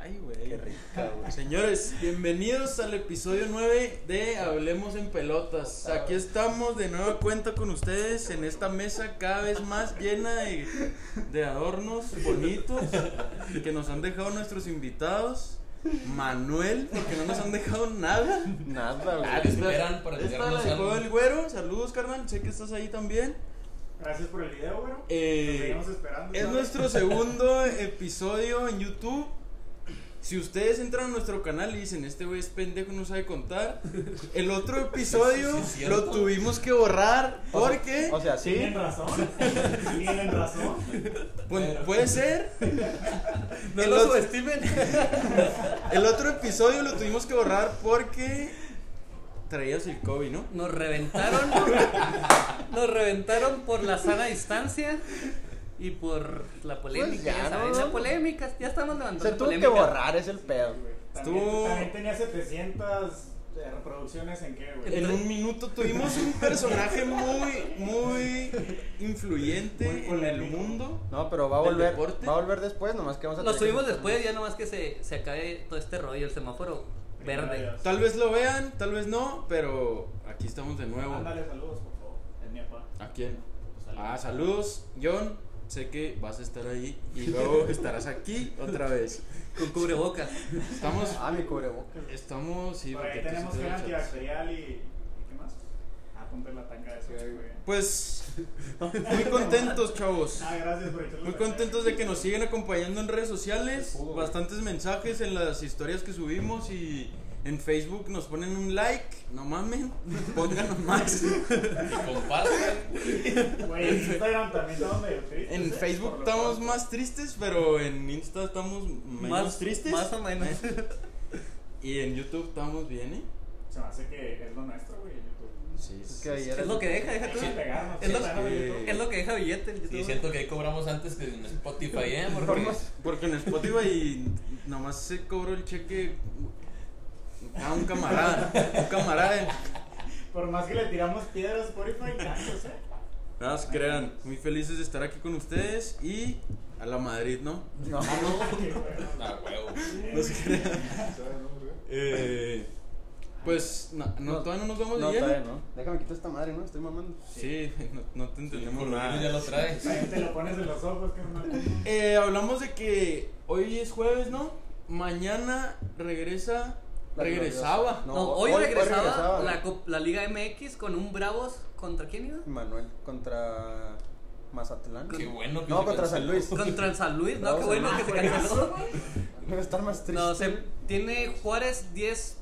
Ay, güey. Qué rica, güey. Señores, bienvenidos al episodio 9 de Hablemos en Pelotas. Aquí estamos de nuevo cuenta con ustedes en esta mesa cada vez más llena de, de adornos bonitos que nos han dejado nuestros invitados. Manuel, porque no nos han dejado nada. Nada, güey. Ah, que esperan Está para la entregarnos del algo. juego del güero. Saludos, carnal. Sé que estás ahí también. Gracias por el video, güero. Nos Eh, seguimos esperando. Es ¿no? nuestro segundo episodio en YouTube. Si ustedes entran a nuestro canal y dicen, este güey es pendejo, no sabe contar, el otro episodio Sí, es cierto. lo tuvimos que borrar porque, O sea, sí. Tienen razón. Tienen razón. pues, pero- puede ser, No El lo otro- subestimen. el otro episodio lo tuvimos que borrar porque traías el COVID, ¿no? Nos reventaron. nos reventaron por la sana distancia y por la polémica. Pues ya, ya sabes, ¿no? la polémica. Ya estamos levantando Se tuvo que polémica. borrar, es el pedo. También, Estuvo- también tenía 700 eh, reproducciones en qué, güey. En un minuto tuvimos un personaje muy, muy Muy influyente en el polémico. mundo. No, pero va a ¿Del volver. deporte? Va a volver después, nomás que vamos a Lo tener- subimos después, ya nomás que se, se acabe todo este rollo, el semáforo verde. Gracias. Tal vez lo vean, tal vez no, pero aquí estamos de nuevo. Ándale, saludos, por favor. Es mi papá. ¿A quién? Pues, saludos. Ah, saludos, John. Sé que vas a estar ahí y luego estarás aquí otra vez. Con cubrebocas. Estamos, Ah, mi cubrebocas. estamos, sí, por porque ahí tú sí tenemos te gel duchas. antibacterial y. ¿y ¿Qué más? Apunte la tanga de eso, güey. Pues, muy contentos, chavos. Ah, gracias por echarle Muy la contentos tanga. de que nos siguen acompañando en redes sociales. El fútbol. Bastantes mensajes en las historias que subimos y en Facebook nos ponen un like. No mamen, pónganos más. Y comparten. Güey, en Instagram también estamos medio tristes. En ¿eh? Facebook Por lo estamos pronto. más tristes, pero en Insta estamos menos más tristes. Más o menos. Y en YouTube estamos bien, ¿eh? Se me hace que es lo nuestro, güey. en YouTube. Sí, Es que ayer. es lo que deja, deja tú. Hay que pegarnos, Es lo- claro, en YouTube. Es lo que deja billete. el Sí, YouTube. siento que ahí cobramos antes que en Spotify, ¿eh? Porque Formas- Porque en Spotify nomás se cobró el cheque a un camarada. Un camarada. Por más que le tiramos piedras a Spotify, gracias, eh. Nada, se crean. Muy felices de estar aquí con ustedes y a la Madrid, ¿no? No, Qué Ah, huevo. bueno. No se crean. Eh, pues, no, no, No, todavía no nos vamos no, de lleno. todavía no. Déjame quitar esta madre, ¿no? Estoy mamando. Sí, no, no te entendemos Por lo menos ya nada. lo traes. Ahí Te lo pones en los ojos, carnal. Eh, hablamos de que hoy es jueves, ¿no? Mañana regresa. La Regresaba. gloriosa. No, No, hoy, hoy- hoy regresaba, regresaba. la, cop- la Liga MX con un Bravos contra quién iba? Manuel contra Mazatlán. Qué bueno que No, se contra canceló. San Luis. Contra el San Luis, no, Bravos qué bueno en que se canceló. Debe estar más triste. No, se, tiene Juárez 10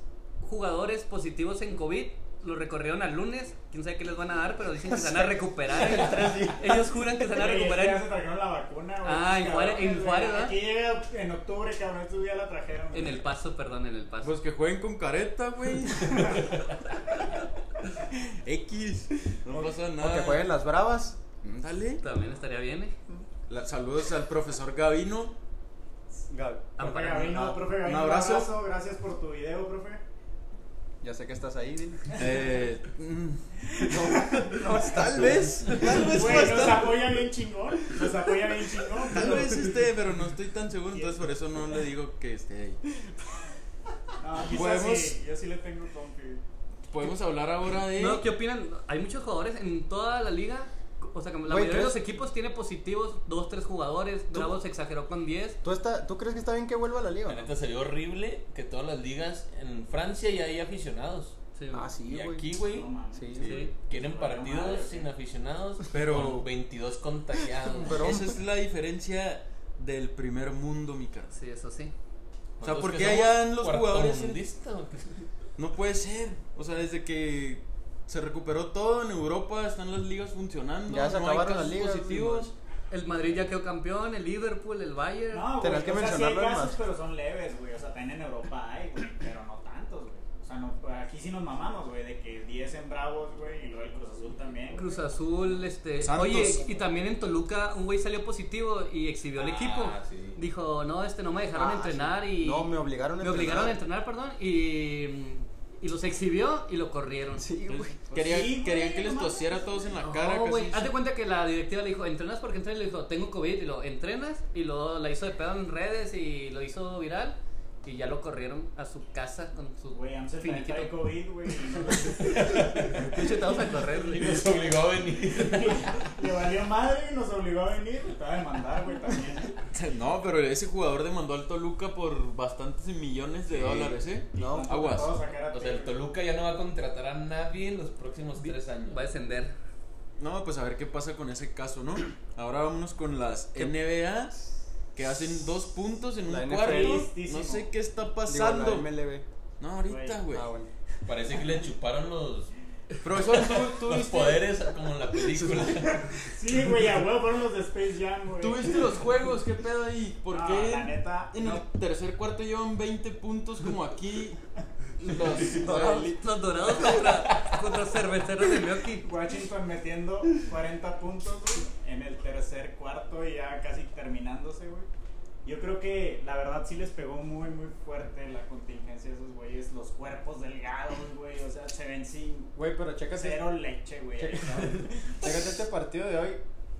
jugadores positivos en COVID. Lo recorrieron al lunes. Quién sabe qué les van a dar, pero dicen que se van a recuperar. Tres días. Ellos juran que se van a Oye, es que Ya se recuperar trajeron la vacuna, güey. Ah, en Cabrones, Juárez- en güey. Juárez, ¿verdad? Aquí llega en octubre, cabrón. Estos días la trajeron. en, en el paso, perdón, en el paso. Pues que jueguen con careta, güey. X. No pasa nada. O que jueguen las bravas. Dale. También estaría bien, ¿eh? pues, La- saludos al profesor Gavino. Gaby. Profe Amparo. Gavino, Ah, profe un Gavino, un abrazo. abrazo. Gracias por tu video, profe. Ya sé que estás ahí, dile. Eh, mm, no, no, tal vez. Tal vez fue Güey, nos hasta- apoya bien chingón. Nos apoya bien chingón. Tal pero- vez este. esté, pero no estoy tan seguro, entonces por eso no le digo que esté ahí. No, quizás Podemos- sí, Yo sí le tengo confi. Podemos hablar ahora de. No, ¿qué opinan? Hay muchos jugadores en toda la liga. O sea, la Güey, mayoría de ¿crees? los equipos tiene positivos 2, 3 jugadores. ¿Tú? Bravos exageró con 10. ¿Tú, está, ¿Tú crees que está bien que vuelva a la liga? La neta sería horrible que todas las ligas en Francia ya hay aficionados. Sí, Ah, sí, Y güey. aquí, güey, No mames. Sí. Sí. quieren partidos sin sin aficionados Pero- con 22 contagiados. Pero- Esa es la diferencia del primer mundo, mi cara. Sí, eso sí. O sea, Nosotros ¿por que qué somos allá en los jugadores- Pues cuartomundistas, o qué? No puede ser. O sea, desde que se recuperó todo en Europa, están las ligas funcionando. Ya se no acabaron hay las casos ligas, positivos. sí, El Madrid ya quedó campeón, el Liverpool, el Bayern. No, Tenías güey, que o sea, sí hay mencionarlo casos, más. pero son leves, güey. O sea, también en Europa hay, güey, pero no tantos, güey. O sea, no, aquí sí nos mamamos, güey, de que 10 en Bravos, güey, y luego el Cruz Azul también. güey. Cruz Azul, este. Santos. Oye, y también en Toluca un güey salió positivo y exhibió al Ah, equipo. sí. Dijo, no, este, no me dejaron Ah, entrenar sí. y. No, me obligaron a me obligaron a entrenar, perdón, y. mm, Y los exhibió y lo corrieron. Sí, güey. Querían, Sí, güey, querían que no les mames. tosiera a todos en la No, cara. casi. güey, haz de cuenta que la directiva le dijo, entrenas porque entrenas, y le dijo, tengo COVID, y lo entrenas, y luego la hizo de pedo en redes y lo hizo viral, Y ya lo corrieron a su casa con su Pues, Güey, Amsterdam finiquito. trae COVID, güey. Pinche, te vamos a correr, Y güey. nos obligó a venir. Le valió madre y nos obligó a venir. Te va a demandar, güey, también. No, pero ese jugador demandó al Toluca por bastantes millones de Sí. dólares, ¿eh? No, Tampoco aguas. te puedo sacar a O ti, sea, el güey. Toluca ya no va a contratar a nadie en los próximos tres años. Va a descender. No, pues a ver qué pasa con ese caso, ¿no? Ahora vámonos con las NBA que hacen dos puntos en La un NFL. cuarto. Tristísimo. No sé qué está digo, la pasando. MLB. No, ahorita, güey. Ah, bueno. Parece que le chuparon los, Profesor, ¿tú, tú los viste, poderes como en la película. Sí, güey, a huevo fueron los de Space Jam, güey. tú viste los juegos, ¿qué pedo ahí? ¿Por No, qué La neta. en no. el tercer cuarto llevan 20 puntos como aquí? Los Dorados- los dorados contra, contra cerveceros de Milwaukee. Washington metiendo 40 puntos güey, en el tercer cuarto y ya casi terminándose, güey. Yo creo que la verdad sí les pegó muy, muy fuerte la contingencia de esos güeyes. Los cuerpos delgados, güey. O sea, se ven sin Güey, pero chécate, cero leche, güey. Che- chécate este partido de hoy.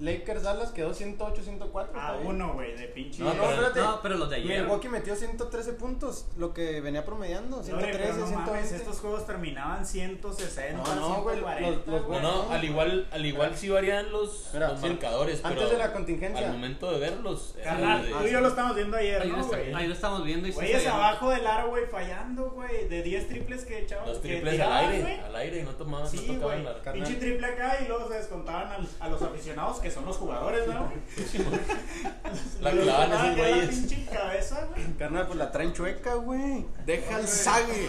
Lakers Dallas quedó 108-104. A Ah, uno, güey, de pinche. No, No, no, pero- espérate. No, pero los de ayer. Milwaukee metió 113 puntos, lo que venía promediando. güey, 113, pero no mames, 120. estos juegos terminaban 160, No, no, güey, 140. los- los No, no, al igual, al igual sí varían los, Mira, los sí, marcadores, antes pero de la contingencia. al momento de verlos. era Carnal, de- tú y yo lo estamos viendo ayer, Ahí, ¿no, lo está- güey? ahí lo estamos viendo. Y sí Güeyes se ve. abajo del aro, güey, fallando, güey. De 10 triples que echaban. los que triples al tiraban, aire, güey. al aire, no tomaban, no Sí, güey. tocaban la Carnal. Pinche triple acá y luego se descontaban al- a los aficionados, que son los jugadores, ¿no? La Los tocaban ya clavan esos la güeyes. pinche cabeza, güey. Carnal, pues la traen chueca, güey. Deja el sague.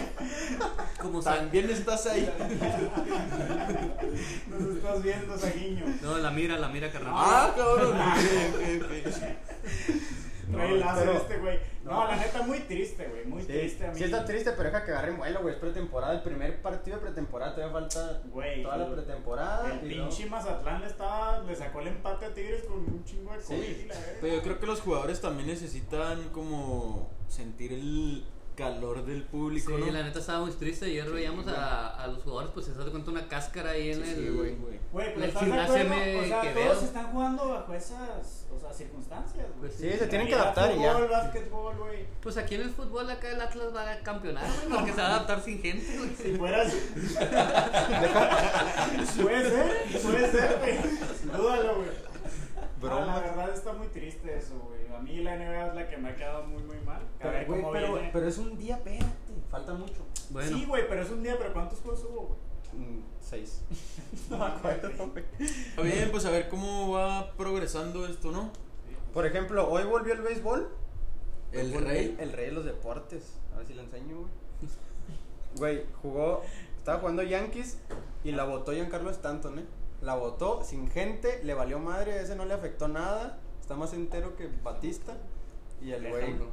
Como San- También estás ahí. Nos estás viendo, Saguiño. No, la mira, la mira, carnal. Ah, cabrón. Ok, ok, ok. Trae láser pero- este, güey. No, la neta, muy triste, güey. Muy Sí, triste este, a mí. sí está triste, pero deja que agarren vuelo, güey. Es pretemporada, el primer partido de pretemporada. Todavía falta Güey, toda la el- pretemporada. El y luego- pinche Mazatlán le, estaba, le sacó el empate a Tigres con un chingo de COVID Sí. y la verga. Pero yo creo que los jugadores también necesitan como sentir el calor del público, Sí, ¿no? la neta estaba muy triste. Ayer veíamos a, a los jugadores, pues se hace cuenta una cáscara ahí en Sí, el. güey. Güey, pero El estás de gimnasio acuerdo, o me- sea, que todos veo. están jugando bajo esas, o sea, circunstancias, güey. Pues Sí, se tienen que Realidad, adaptar y ya. Fútbol, básquetbol, güey. Pues aquí en el fútbol, acá el Atlas va a campeonar, güey, porque se va a adaptar sin gente, güey. Si fueras. puede ser, puede ser, güey. Dúdalo, güey. Broma. Ah, la verdad está muy triste eso, güey. A mí la NBA es la que me ha quedado muy, muy mal. A Pero, ver güey, cómo pero, viene. pero es un día, espérate. Falta mucho. Bueno, Sí, güey, pero es un día, pero ¿cuántos juegos hubo, güey? Mm, seis. no me acuerdo, güey. Está Bien, pues a ver cómo va progresando esto, ¿no? Por ejemplo, hoy volvió el béisbol. El Volvió rey. El rey de los deportes. A ver si le enseño, güey. Güey, jugó. Estaba jugando Yankees y la botó Giancarlo Stanton, ¿eh? La botó sin gente, le valió madre, a ese no le afectó nada. Está más entero que Batista. Y el güey. Déjalo.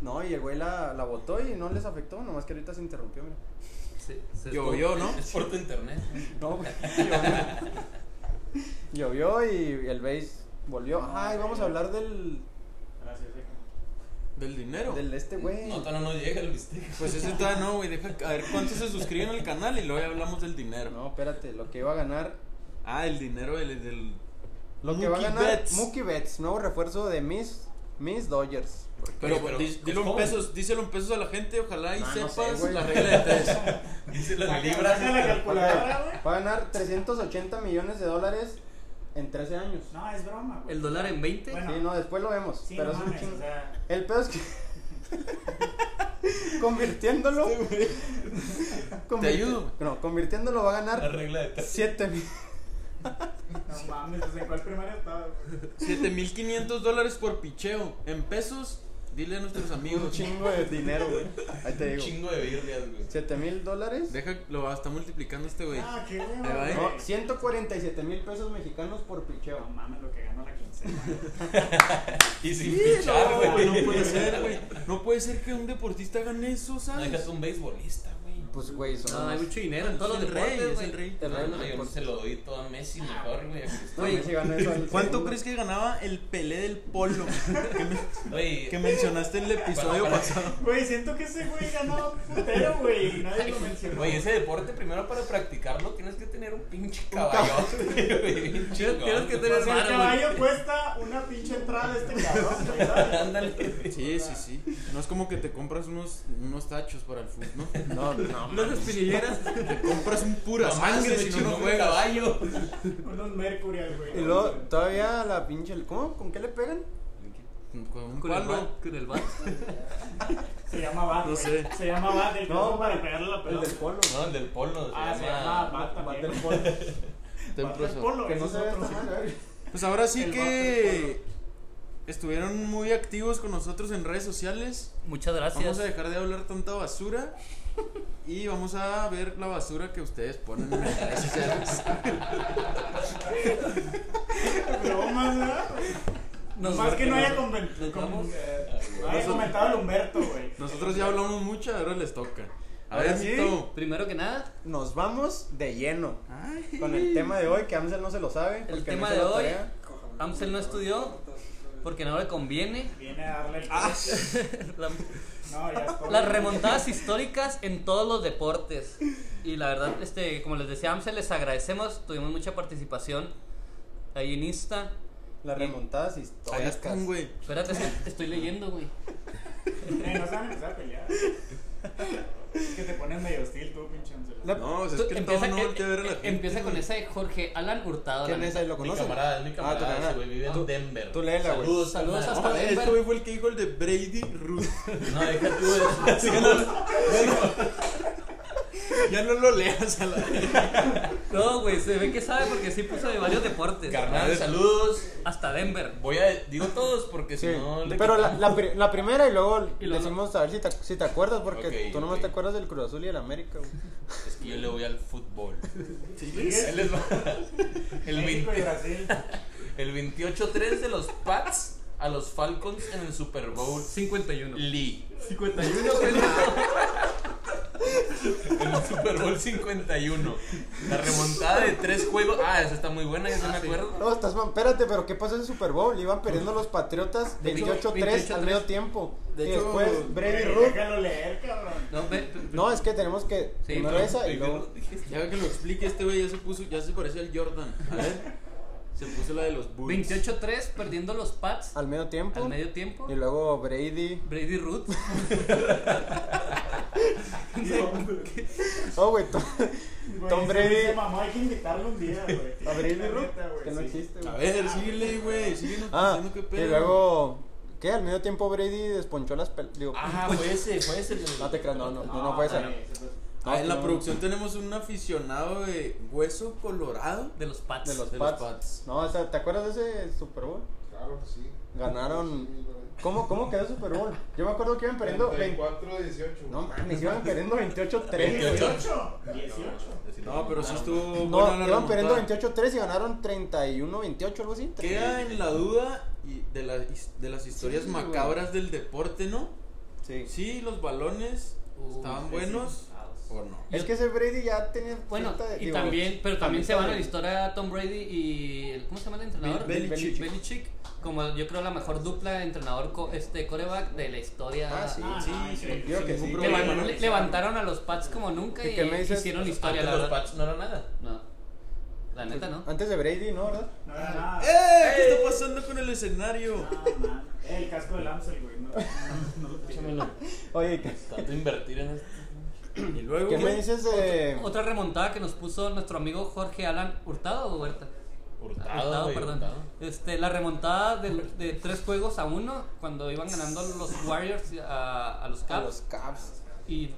No, y el güey la, la botó y no les afectó, nomás que ahorita se interrumpió, mira. se- se Llovió, ¿no? Es por tu internet. No, güey. llovió. Llovió y el base volvió. Ay, vamos a hablar del. Gracias, güey. Del dinero. Del este, güey. No, todavía no llega el bistec. Pues ese está, no, güey. Deja, a ver cuántos se suscriben al canal y luego ya hablamos del dinero. No, espérate, lo que iba a ganar Ah, el dinero del. del Lo que va a Mookie ganar Betts. Mookie Betts, nuevo refuerzo de mis, mis Dodgers. Pero, Oye, pero, di- dilo en ¿cómo? pesos, díselo en pesos a la gente, ojalá y Ah, no sé, sepas güey. la regla de tres. Dice las Saca libras. la calculadora, güey. Va a ganar 380 millones de dólares en 13 años. No, es broma, güey. El dólar en 20. Bueno, Sí, no, después lo vemos. Sí, pero es no un mames, chingo. o sea. El pedo es que. convirtiéndolo. Este convirti- Te ayudo. No, convirtiéndolo va a La ganar regla de tres. 7 mil. No mames, pues en cuál primaria estaba, güey. 7500 dólares por picheo. En pesos, dile a nuestros Un amigos. chingo de dinero, güey. Ahí te Un digo. chingo de birrias, güey. 7 mil dólares. Deja, lo está multiplicando este güey. Ah, qué huevo, Ahí va, ¿eh? güey. No, 147 mil pesos mexicanos por picheo. No mames, lo que ganó la quincena. Y sin Sí, pichar, no, güey. güey, no puede ser, güey. No puede ser que un deportista hagan eso, No ¿sabes? dejas un beisbolista, güey. Pues, güey, son No, hay unos- mucho dinero en Es todos los el rey, deportes, es güey. el rey. el No, rey no, yo pues, se lo doy todo a Messi mejor, güey. aquí está. güey, si ganó eso, el ¿Cuánto segundo. crees que ganaba el Pelé del Polo que, me- Oye, que mencionaste en el episodio Bueno, para- pasado? Güey, siento que ese güey ganaba un putero, güey. y Nadie lo mencionó. Güey, ese deporte primero para practicarlo tienes que tener un pinche caballote, güey. bien chingón. Tienes que O tener sea, el varo, caballo güey. cuesta una pinche entrada de este cabrón, güey, ¿sabes? Ándale. güey. Sí, sí, sí. No es como que te compras unos, unos tachos para el fútbol, ¿no? No, no, Las espinilleras. Te compras un pura Pura sangre si no, no juegas. caballo. Unos Mercury, güey. Y ¿no? luego, todavía la pinche. ¿Cómo? ¿Con qué le pegan? Con un Con el palo. bat, con el bat. Se llama Bat. No güey. sé. Se llama Bat. El No, no, para pegarle la El pelota. del polo. No, el del polo. Ah, se llama Bat Bat también. del güey. polo. Bat del Temprano. polo. Que no ese se ve es otro. esta madre. Pues ahora sí El que estuvieron muy activos con nosotros en redes sociales. Muchas Vamos gracias. a dejar de hablar tanta basura y vamos a ver la basura que ustedes ponen en las redes sociales. Bromas, ¿verdad? Nos- Más que no haya nos- conven- nos con- vamos. eh, no haya comentado el Humberto, güey. Nosotros ya hablamos mucho, ahora les toca. A Ahora ver, sí. Mito. Primero que nada, Nos vamos de lleno Ay. con el tema de hoy, que Amsel no se lo sabe. el porque no hizo tema de la hoy. tarea. Amsel no estudió porque no le conviene. Viene a darle Ah. el. La- No, ya es todo. las remontadas históricas en todos los deportes. Y la verdad, este, como les decía Amsel, les agradecemos. Tuvimos mucha participación ahí en Insta. Las remontadas Ahí históricas. están, güey. Espérate, es que estoy leyendo, güey. Eh, no se van a empezar a pelear. Es que te pones medio hostil tú, pinche Ansel. La- No, o sea, es que em todo no eh, voltea a ver a la eh, gente. empieza con esa de Jorge Alan Hurtado. ¿Quién la es neta. ahí? ¿Lo Mi conoces? camarada, es mi Ah, tu camarada, camarada. ese güey, vive Tú- en Denver. tú léela, güey. Saludos, Saludos carnal. hasta Ah, Denver. este güey fue el que dijo el de Brady Ruth. No, deja tú de- ya no lo leas a la No, güey, se ve que sabe porque sí puso de varios deportes. Carnal, saludos. Hasta Denver. Voy a. Digo todos porque Sí, si no. le- pero la, la, pri- la primera y luego Y luego- decimos a ver si te, si te acuerdas, porque Ok, tú nomás ok. te acuerdas del Cruz Azul y el América, güey. Es que yo le voy al fútbol. Sigue Ahí les va. El México 20 y Brasil. El 28-3 de los Pats a los Falcons en el Super Bowl. 51. Lee. 51 En el Super Bowl 51. La remontada de tres juegos. Ah, esa está muy buena, ya se me sí. acuerdo. No, estás mal. Espérate, pero ¿qué pasó en el Super Bowl? Iban perdiendo los Patriotas De 28-3 28-3. al medio tiempo. De y hecho, después Brady Güey, Rook. Déjalo leer, cabrón. No, ve- No, es que tenemos que Sí, primero pero- esa y luego. Ya que lo explique este güey ya se puso, ya se parece al Jordan. A ver. Se puso la de los Bulls. 28-3 perdiendo los Pats Al medio tiempo. al medio tiempo. Y luego Brady. Brady Root. Oh, güey, Tom, Güey, Tom ese Brady. güey se mamó, hay que invitarlo un día, güey. a Brady La Rook. neta, güey, Que no sí. existe, A güey. ver, síguele, güey. Síguenos Ah, diciendo qué pedo. y luego. ¿Qué? Al medio tiempo Brady desponchó las pel. Digo, Ah, fue ese, fue ese. no te creas, no, no, no, no fue esa. güey, ese fue- Ah, en la No, producción tenemos un aficionado de hueso colorado De los Pats. De los de Pats. los Pats. No, o sea, ¿te acuerdas de ese Super Bowl? Claro, pues sí. Ganaron. ¿Cómo, cómo quedó el Super Bowl? Yo me acuerdo que iban perdiendo. 20 18. No mames, iban perdiendo 28-3. güey. 18. 18. No, pero sí estuvo buena No, la iban remontada. perdiendo 28-3 y ganaron 31-28, algo así. Queda en la duda y de, la his- de las historias Sí, güey. macabras del deporte, ¿no? Sí. Sí, los balones Uh, estaban sí, buenos Ah, o no. Es que ese Brady ya tenía. Bueno, cierta- y digo, pues, también, pero también se amistad, van a la güey. historia a Tom Brady y el, ¿cómo se llama el entrenador? Bill Belichick. Belichick, como yo creo la mejor dupla de entrenador co- este coreback de la historia. Ah, sí. Ah, Sí, no, sí, increíble. digo que sin sí. ningún Le problema, van- ¿no? le- levantaron a los Pats como nunca ¿Y y, qué me dices? hicieron la historia, Antes la los verdad. Pats no era nada. No, la neta no. Antes de Brady, ¿no? ¿Verdad? No era nada. ¡Eh! ¿Qué está pasando con el escenario? No, man. Eh, El casco del Amsel, güey. No, no, no lo tiene. Oye, ¿qué, Tanto invertir en este esto. Y luego. qué me dices de.? Otra remontada que nos puso nuestro amigo Jorge Alan Hurtado o Huerta. Hurtado, Hurtado, güey, perdón. hurtado. Este, la remontada de, de tres juegos a uno cuando iban ganando los Warriors a, a los A Cavs. los Cavs. Y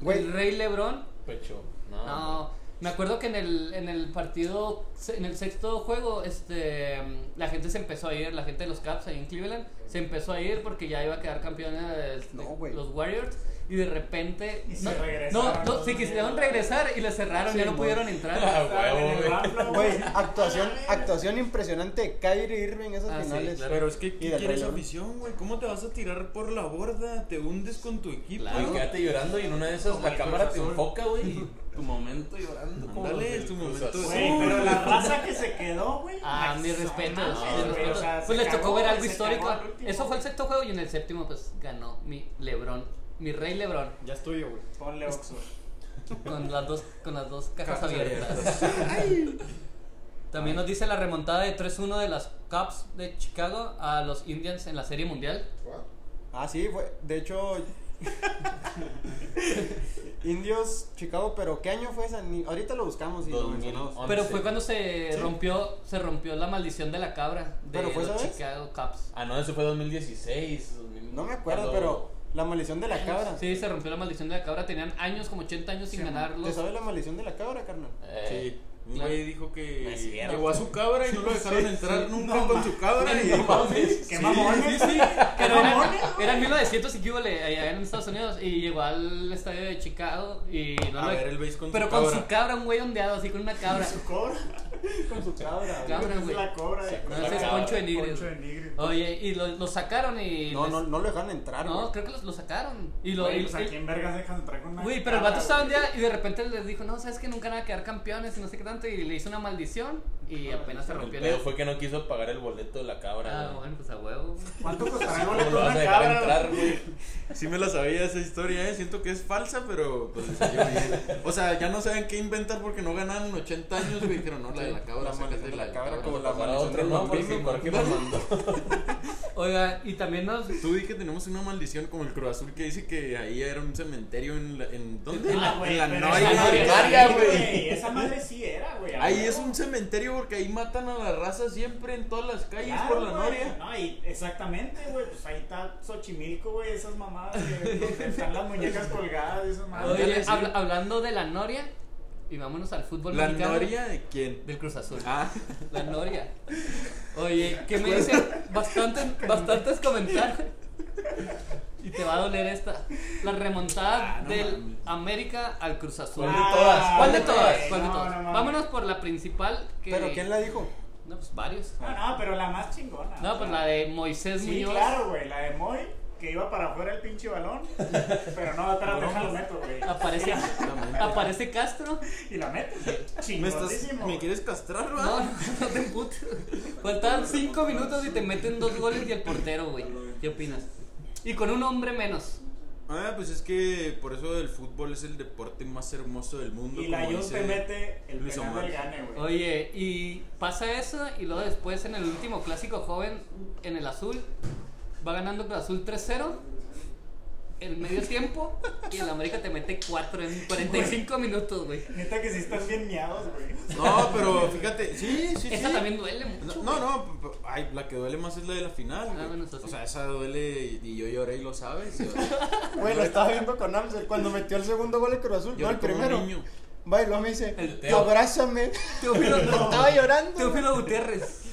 Güey. el Rey Lebron, Pecho. No. no. Me acuerdo que en el, en el partido, en el sexto juego, este, la gente se empezó a ir, la gente de los Caps ahí en Cleveland, se empezó a ir porque ya iba a quedar campeona de, de No, güey. los Warriors y de repente Y se no, no, regresaron, no, ¿no? sí quisieron regresar y le cerraron, Sí, ya no güey. pudieron entrar. Ah, Estaban en el huevo, güey. Buffalo, Güey, güey. actuación, actuación impresionante de Kyrie Irving en esas Ah, sí, finales. claro. Pero es que ¿qué del Rey quieres León. afición, güey? ¿Cómo te vas a tirar por la borda? Te hundes con tu equipo. Oye, quédate llorando y en una de esas Como la el cámara Cruz te Azul. enfoca, güey. y Tu momento llorando. como Ándale, el tu Cruz momento Azul. de- Güey, pero la raza que se quedó, güey. Ah, no mi respeto. mames, mis güey, respetos. o sea, pues se les tocó cagó, ver güey, algo se histórico. cagó al último. Eso fue el sexto juego y en el séptimo pues ganó mi Lebron, mi rey Lebron, Ya es tuyo, güey. Ponle Oxxo. con las dos, con las dos cajas abiertas. También nos dice la remontada de 3-1 de las Cubs de Chicago a los Indians en la Serie Mundial. Ah, sí, fue. De hecho. Indios, Chicago, pero ¿qué año fue esa? Ni- Ahorita lo buscamos y lo 2000. mencionamos. Pero Once. fue cuando se Sí. rompió se rompió la maldición de la cabra de Pero fue esa los vez. Chicago Cubs. Ah, no, eso fue 2016. 2000, No me acuerdo, cuando- pero la maldición de la cabra. Sí, se rompió la maldición de la cabra. Tenían años, como 80 años sin Sí, ganar ¿Te los. sabes la maldición de la cabra, carnal? Eh, Un Claro. güey dijo que No es cierto. llegó a su cabra y no lo dejaron entrar nunca con su cabra. Y No mames. ¡Qué Sí, mamones! sí, sí. Pero eran, eran 1900 y que hubo le- allá en Estados Unidos. Y llegó al estadio de Chicago y no A lo- ver el base con Pero su con cabra. su cabra, un güey ondeado, así con una cabra. Su cobra. Con su cabra. güey. Cabra, Es güey. la cobra. de- No, la ese es cabra, Poncho de Nigris. Poncho de Nigris. Oye, y lo, lo sacaron y. No, les- no, ah, no lo dejaron entrar, no, güey. creo que los- lo sacaron. Y lo. Güey, y- pues, ¿a eh, y- quién vergas dejan entrar con una Güey, pero el vato cabra, estaba un güey? día y de repente les dijo, no, sabes que nunca van a quedar campeones y no sé qué tanto, y le hizo una maldición y apenas se El rompió pedo el... fue que no quiso pagar el boleto de la cabra. Ah, güey. bueno, pues a huevo. ¿Cuánto costará el ¿Cómo boleto lo de vas a una dejar cabra? entrar, güey? Sí me la sabía esa historia, eh. Siento que es falsa, pero pues le salió bien. O sea, ya no saben qué inventar porque no ganaron 80 años, güey. Dijeron, no, la de la cabra, La sácate maldición de la la de cabra cabra. como La maldición otra del no, porque bambino, porque me mandó. Oiga, y también nos... Tú di que tenemos una maldición como el Cruz Azul que dice que ahí era un cementerio en, la- en ¿dónde? En Ah, güey, en la pero Noria. esa madre Noria, sí, güey. Esa madre sí era, güey. a Ahí huevo. es un cementerio porque ahí matan a la raza siempre en todas las calles Claro, por la güey. pues, noria. No, y exactamente, güey. Pues ahí está Xochimilco, güey. Esas mamadas. güey, donde Están las muñecas colgadas. Esas mamadas. Oye, Ándale, sí. habla- hablando de la noria, y vámonos al fútbol ¿La mexicano. noria de quién? Del Cruz Azul. Ah, La noria. Oye, que me dicen bastantes, bastantes comentarios. Y te va a doler esta. La remontada Ah, no del mames. América al Cruz Azul. ¿Cuál de todas? ¿Cuál de Ah, güey, todas? ¿Cuál de no, todas? no mames. Vámonos por la principal que... Pero ¿quién la dijo? No, pues varios. No, no, pero la más chingona. o No, pues sea. la de Moisés Ah, Sí, Muñoz. claro, güey. La de Moy, que iba para afuera el pinche balón. pero no, espérate, déjalo meto, güey. Aparece, aparece Castro. Y la mete. ¿me, estás, Chingonísimo. ¿me quieres castrar, va? No, no te emputes. Faltaban cinco minutos y te meten dos goles y el portero, güey. ¿Qué opinas? Y con un hombre menos. Ah, pues es que por eso el fútbol es el deporte más hermoso del mundo. Y la como Jun te dice- mete el Luis penal Omar. del gane, güey. Oye, y pasa eso y luego después en el último clásico joven, en el azul, va ganando Cruz Azul 3-0. En medio tiempo y el América te mete 4 en 45 minutos, güey. Neta que sí están bien miados, güey. No, pero fíjate, sí, sí, Esa sí. también duele mucho. No, no, p- p- ay, la que duele más es la de la final. Ah, güey. bueno, eso sí. O sea, esa duele y y yo lloré y lo sabes. Yo, Güey, lo estaba viendo con Amsel cuando metió el segundo gol el Cruz Azul. No, lloré el como un primero. niño. Va y luego me dice, El Teo. abrázame. Teófilo, Estaba llorando. Teófilo Gutiérrez.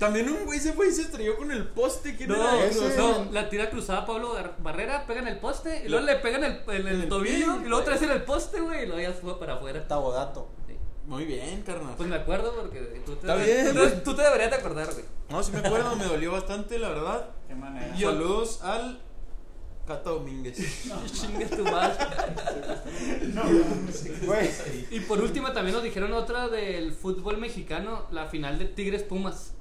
También un güey se fue y se estrelló con el poste. ¿Quién No, era? ese- Cruz no, Azul. la tira cruzada Pablo Gar- Barrera, pega en el poste, y luego le pegan el, en el tobillo, y luego otra vez en el poste, güey, y luego ya fue para afuera. Tabodato. Muy bien, carnal. Pues me acuerdo porque tú te, Está bien, tú- güey. tú te deberías de acordar, güey. No, sí me acuerdo, me dolió bastante, la verdad. Qué manera. Yo- Saludos al Cata Domínguez. Chinga tu madre. No, no sé. Güey, Y por último también nos dijeron otra del fútbol mexicano, la final de Tigres Pumas.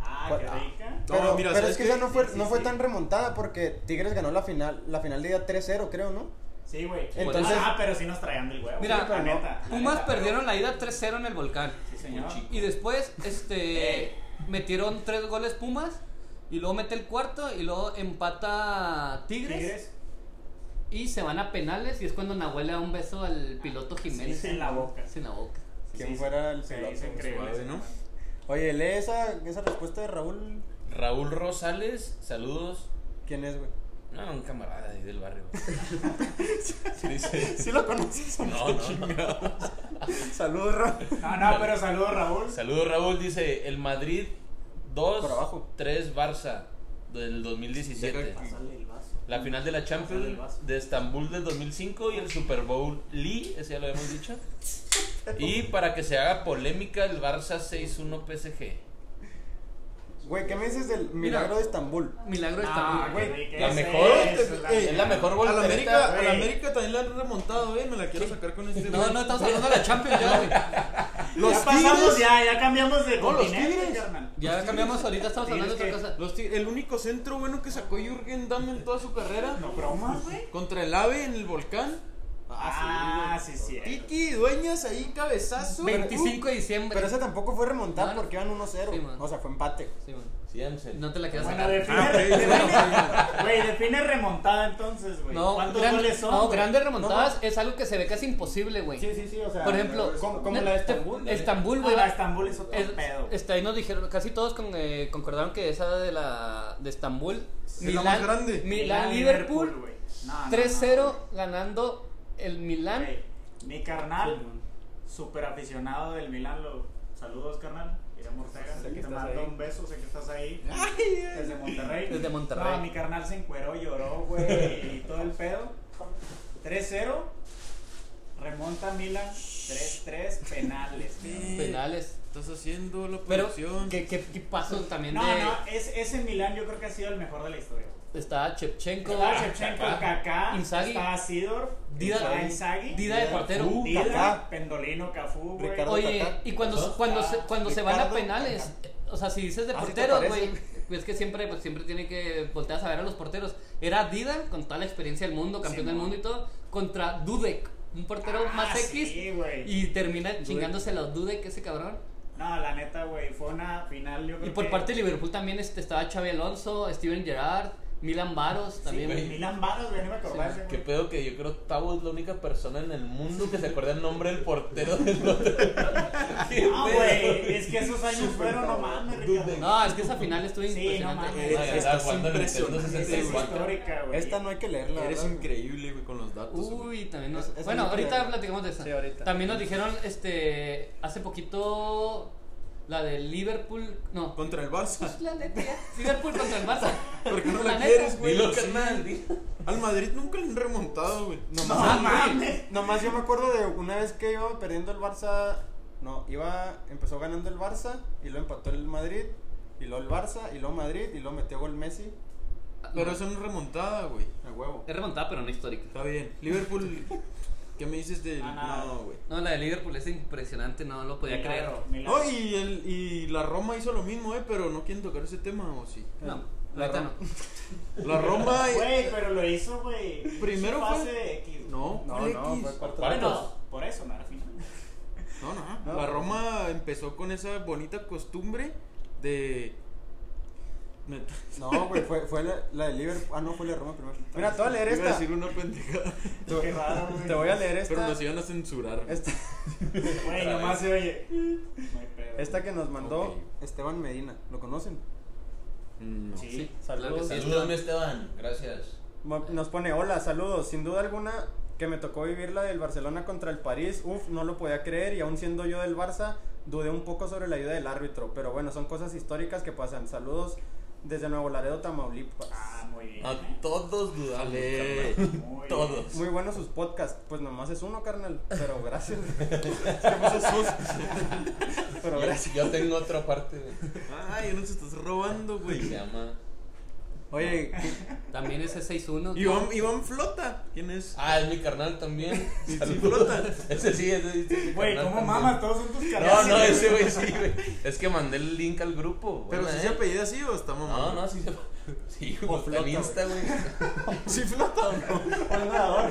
Ah, qué rica. No, pero, mira, pero ¿sabes es que qué? esa no fue, Sí, sí, no fue sí. tan remontada porque Tigres ganó la final. La final de día 3-0, creo, ¿no? Sí, güey. Entonces- Ah, pero sí nos traían del huevo. Mira, Sí, pero no. neta, la Pumas neta. perdieron la ida 3-0 en el volcán. Sí, señor. Puchi. Y después, Eh. este, metieron tres goles Pumas, y luego mete el cuarto, y luego empata Tigres. Tigres. Y se van a penales y es cuando Nahuel le da un beso al piloto Jiménez. en la boca. Sí, en la boca. Quien Sí, fuera el sí, piloto, es increíble. Suave, ¿no? Oye, lee esa, esa respuesta de Raúl. Raúl Rosales, saludos. ¿Quién es, güey? No, un camarada ahí del barrio. Dice, Sí lo conoces. no, no. Saludos, Raúl. No, no, pero saludos, Raúl. Saludos Raúl, dice el Madrid 2, Por abajo. 3 Barça. del 2017. Pásale el vaso. La final de la Pásale el Champions vaso. de Estambul del 2005 y el Super Bowl Lee, ese ya lo habíamos dicho. Y para que se haga polémica, el Barça 6-1 PSG. Güey, ¿qué me dices del milagro de Estambul? Milagro está. Ah, muy güey, güey. la mejor, Ey, Es Eh, la mejor Eh, A la voltereta. América, a la güey. América también la han remontado, eh. Me la quiero sacar con este. No, güey. no, estamos hablando de la Champions ya, güey. Los ya pasamos, Tigres- ya, ya cambiamos de No, los continente, Tigres. carnal. Ya cambiamos ahorita, estamos hablando de otra Tienes cosa. Los Tig- el único centro bueno que sacó Jürgen Damm en toda su carrera. No bromas, güey. Contra el AVE en el volcán. Ah, sí, sí. Tiki, dueñas ahí, cabezazo. 25 uh, de diciembre. Pero ese tampoco fue remontada No, no. porque iban 1-0. Sí, man. o sea, fue empate. Sí, man. Sí, Ansel. No te la quieras Bueno, sacar. define, Ah, ok, sí, define- güey, define remontada entonces, güey. No, ¿Cuántos gran- goles son? no, güey? grandes remontadas es algo que se ve casi imposible, güey. Sí, sí, sí, o sea. Por ejemplo, como, como la de Estambul. Est- Estambul, Ah, güey. la de Estambul es otro es- pedo. güey. está ahí nos dijeron, casi todos con- eh, concordaron que esa de la de Estambul, la más grande. Milán Liverpool, güey. No, no, 3-0 ganando el no, Milán. güey. Mi carnal, súper aficionado del Milán, lo... saludos, carnal. Irán Ortega, Sé que te estás mando ahí. un beso, sé que estás ahí. Desde Monterrey. Desde Monterrey. No, mi carnal se encueró, lloró, güey, y todo el pedo. 3-0. Remonta Milan 3-3 penales. cabrón. penales. Estás haciendo la Pero producción. qué qué, qué paso también No, de no, es, ese Milan yo creo que ha sido el mejor de la historia. güey. está Chepchenko, Estaba Shevchenko, Kaká, Inzaghi. estaba Sidor, Dida- estaba Inzaghi, Dida de portero. Cafú, Dida, Kaká. Pendolino, Cafú, güey. Ricardo Oye, Kaká. y cuando, cuando, se, cuando se van a Ricardo penales, o sea, si dices de Ah, Así te porteros, parece. güey, es que siempre, pues, siempre tiene que voltear a ver a los porteros. Era Dida, con toda la experiencia del mundo, campeón del Simón. mundo y todo, contra Dudek, un portero Ah, más sí, X, güey. y termina chingándose los Dudek, ese cabrón. No, la neta, güey, fue una final, yo creo Y por que- parte de Liverpool también este, estaba Xavi Alonso, Steven Gerrard, Milan Baros también. güey. Milan Baros, güey, no me acordaba Sí, ese, Qué güey. pedo que yo creo que Tavo es la única persona en el mundo que se acuerda el nombre del portero del otro. Qué No, pedo. güey, es que esos años fueron, no mames, Ricardo. no, es que esa final estuvo Sí, no impresionante. mames. Ay, Esta estaba es ah, jugando en el Nintendo impresionante, Esa es 64. histórica, güey. Esta no hay que leerla. Eres ¿verdad? increíble, güey, con los datos. güey. Uy, también nos... Es- es bueno, muy ahorita probable. platicamos de eso. Sí, ahorita. También nos dijeron, este, hace poquito, la de Liverpool, no. Contra el Barça. Pues, la neta, ya. Liverpool contra el Barça. ¿Por qué no la neta. quieres, güey? Dilo, Sí. carnal, dilo. Al Madrid nunca le han remontado, güey. Nomás, No mames. nomás yo me acuerdo de una vez que iba perdiendo el Barça. No, iba. Empezó ganando el Barça y lo empató el Madrid. Y luego el Barça y luego Madrid y luego metió gol Messi. Pero eso no es remontada, güey. A huevo. Es remontada, pero no histórica. Está bien. Liverpool, ¿qué me dices de.? Ah, nada. No, güey. No, la de Liverpool es impresionante, no lo podía creer. Milagro, milagro. No, y, el, y la Roma hizo lo mismo, ¿eh? Pero no quieren tocar ese tema, ¿o sí? No, La la neta no. Roma. La Roma. eh, Güey, pero lo hizo, güey. Primero Pase fue- de X. güey. No, No, X. no, pues, fue cuarto Bueno, Bueno, por eso no era final. No, no, No. La Roma empezó con esa bonita costumbre de. Neta, No, güey, fue, fue la, la de Liverpool. Ah, no, fue la de Roma primero. Mira, te voy a leer Iba a esta. decir una pendejada. Te, Qué raro, güey. te voy a leer esta. Pero nos iban a censurar. Esta, Güey, Otra nomás vez. se oye. No hay pedo. esta que nos mandó Ok. Esteban Medina. ¿Lo conocen? Mm, No. Sí. Sí, Saludos. claro que sí. Saludos, mi Esteban. Gracias. Ma- Nos pone, hola, saludos. Sin duda alguna que me tocó vivir la del Barcelona contra el París. Uf, no lo podía creer y aún siendo yo del Barça, dudé un poco sobre la ayuda del árbitro. Pero bueno, son cosas históricas que pasan. Saludos desde Nuevo Laredo, Tamaulipas. Ah, muy bien. A eh. todos dudamos. Dale. carnal. Muy bien. Todos. Muy buenos sus podcasts. Pues nomás es uno, carnal. Pero gracias. pero Yo- gracias. Yo tengo otra parte. güey. Ay, no se estás robando, Se güey. llama. Oye, También ese 6-1. Iván, Iván Flota. ¿Quién es? Ah, es mi carnal también. Sí, sí, Saludos. flota. Ese sí, ese sí. es mi Güey, carnal ¿cómo también. mamas? Todos son tus No, caras. no, ese güey sí, güey. Es que mandé el link al grupo. Pero Buena, si ¿eh? se apellida así o está No, mamado. no, sí se. Sí, O güey. flota, El Insta, güey. ¿Sí flota o no? buen nadador.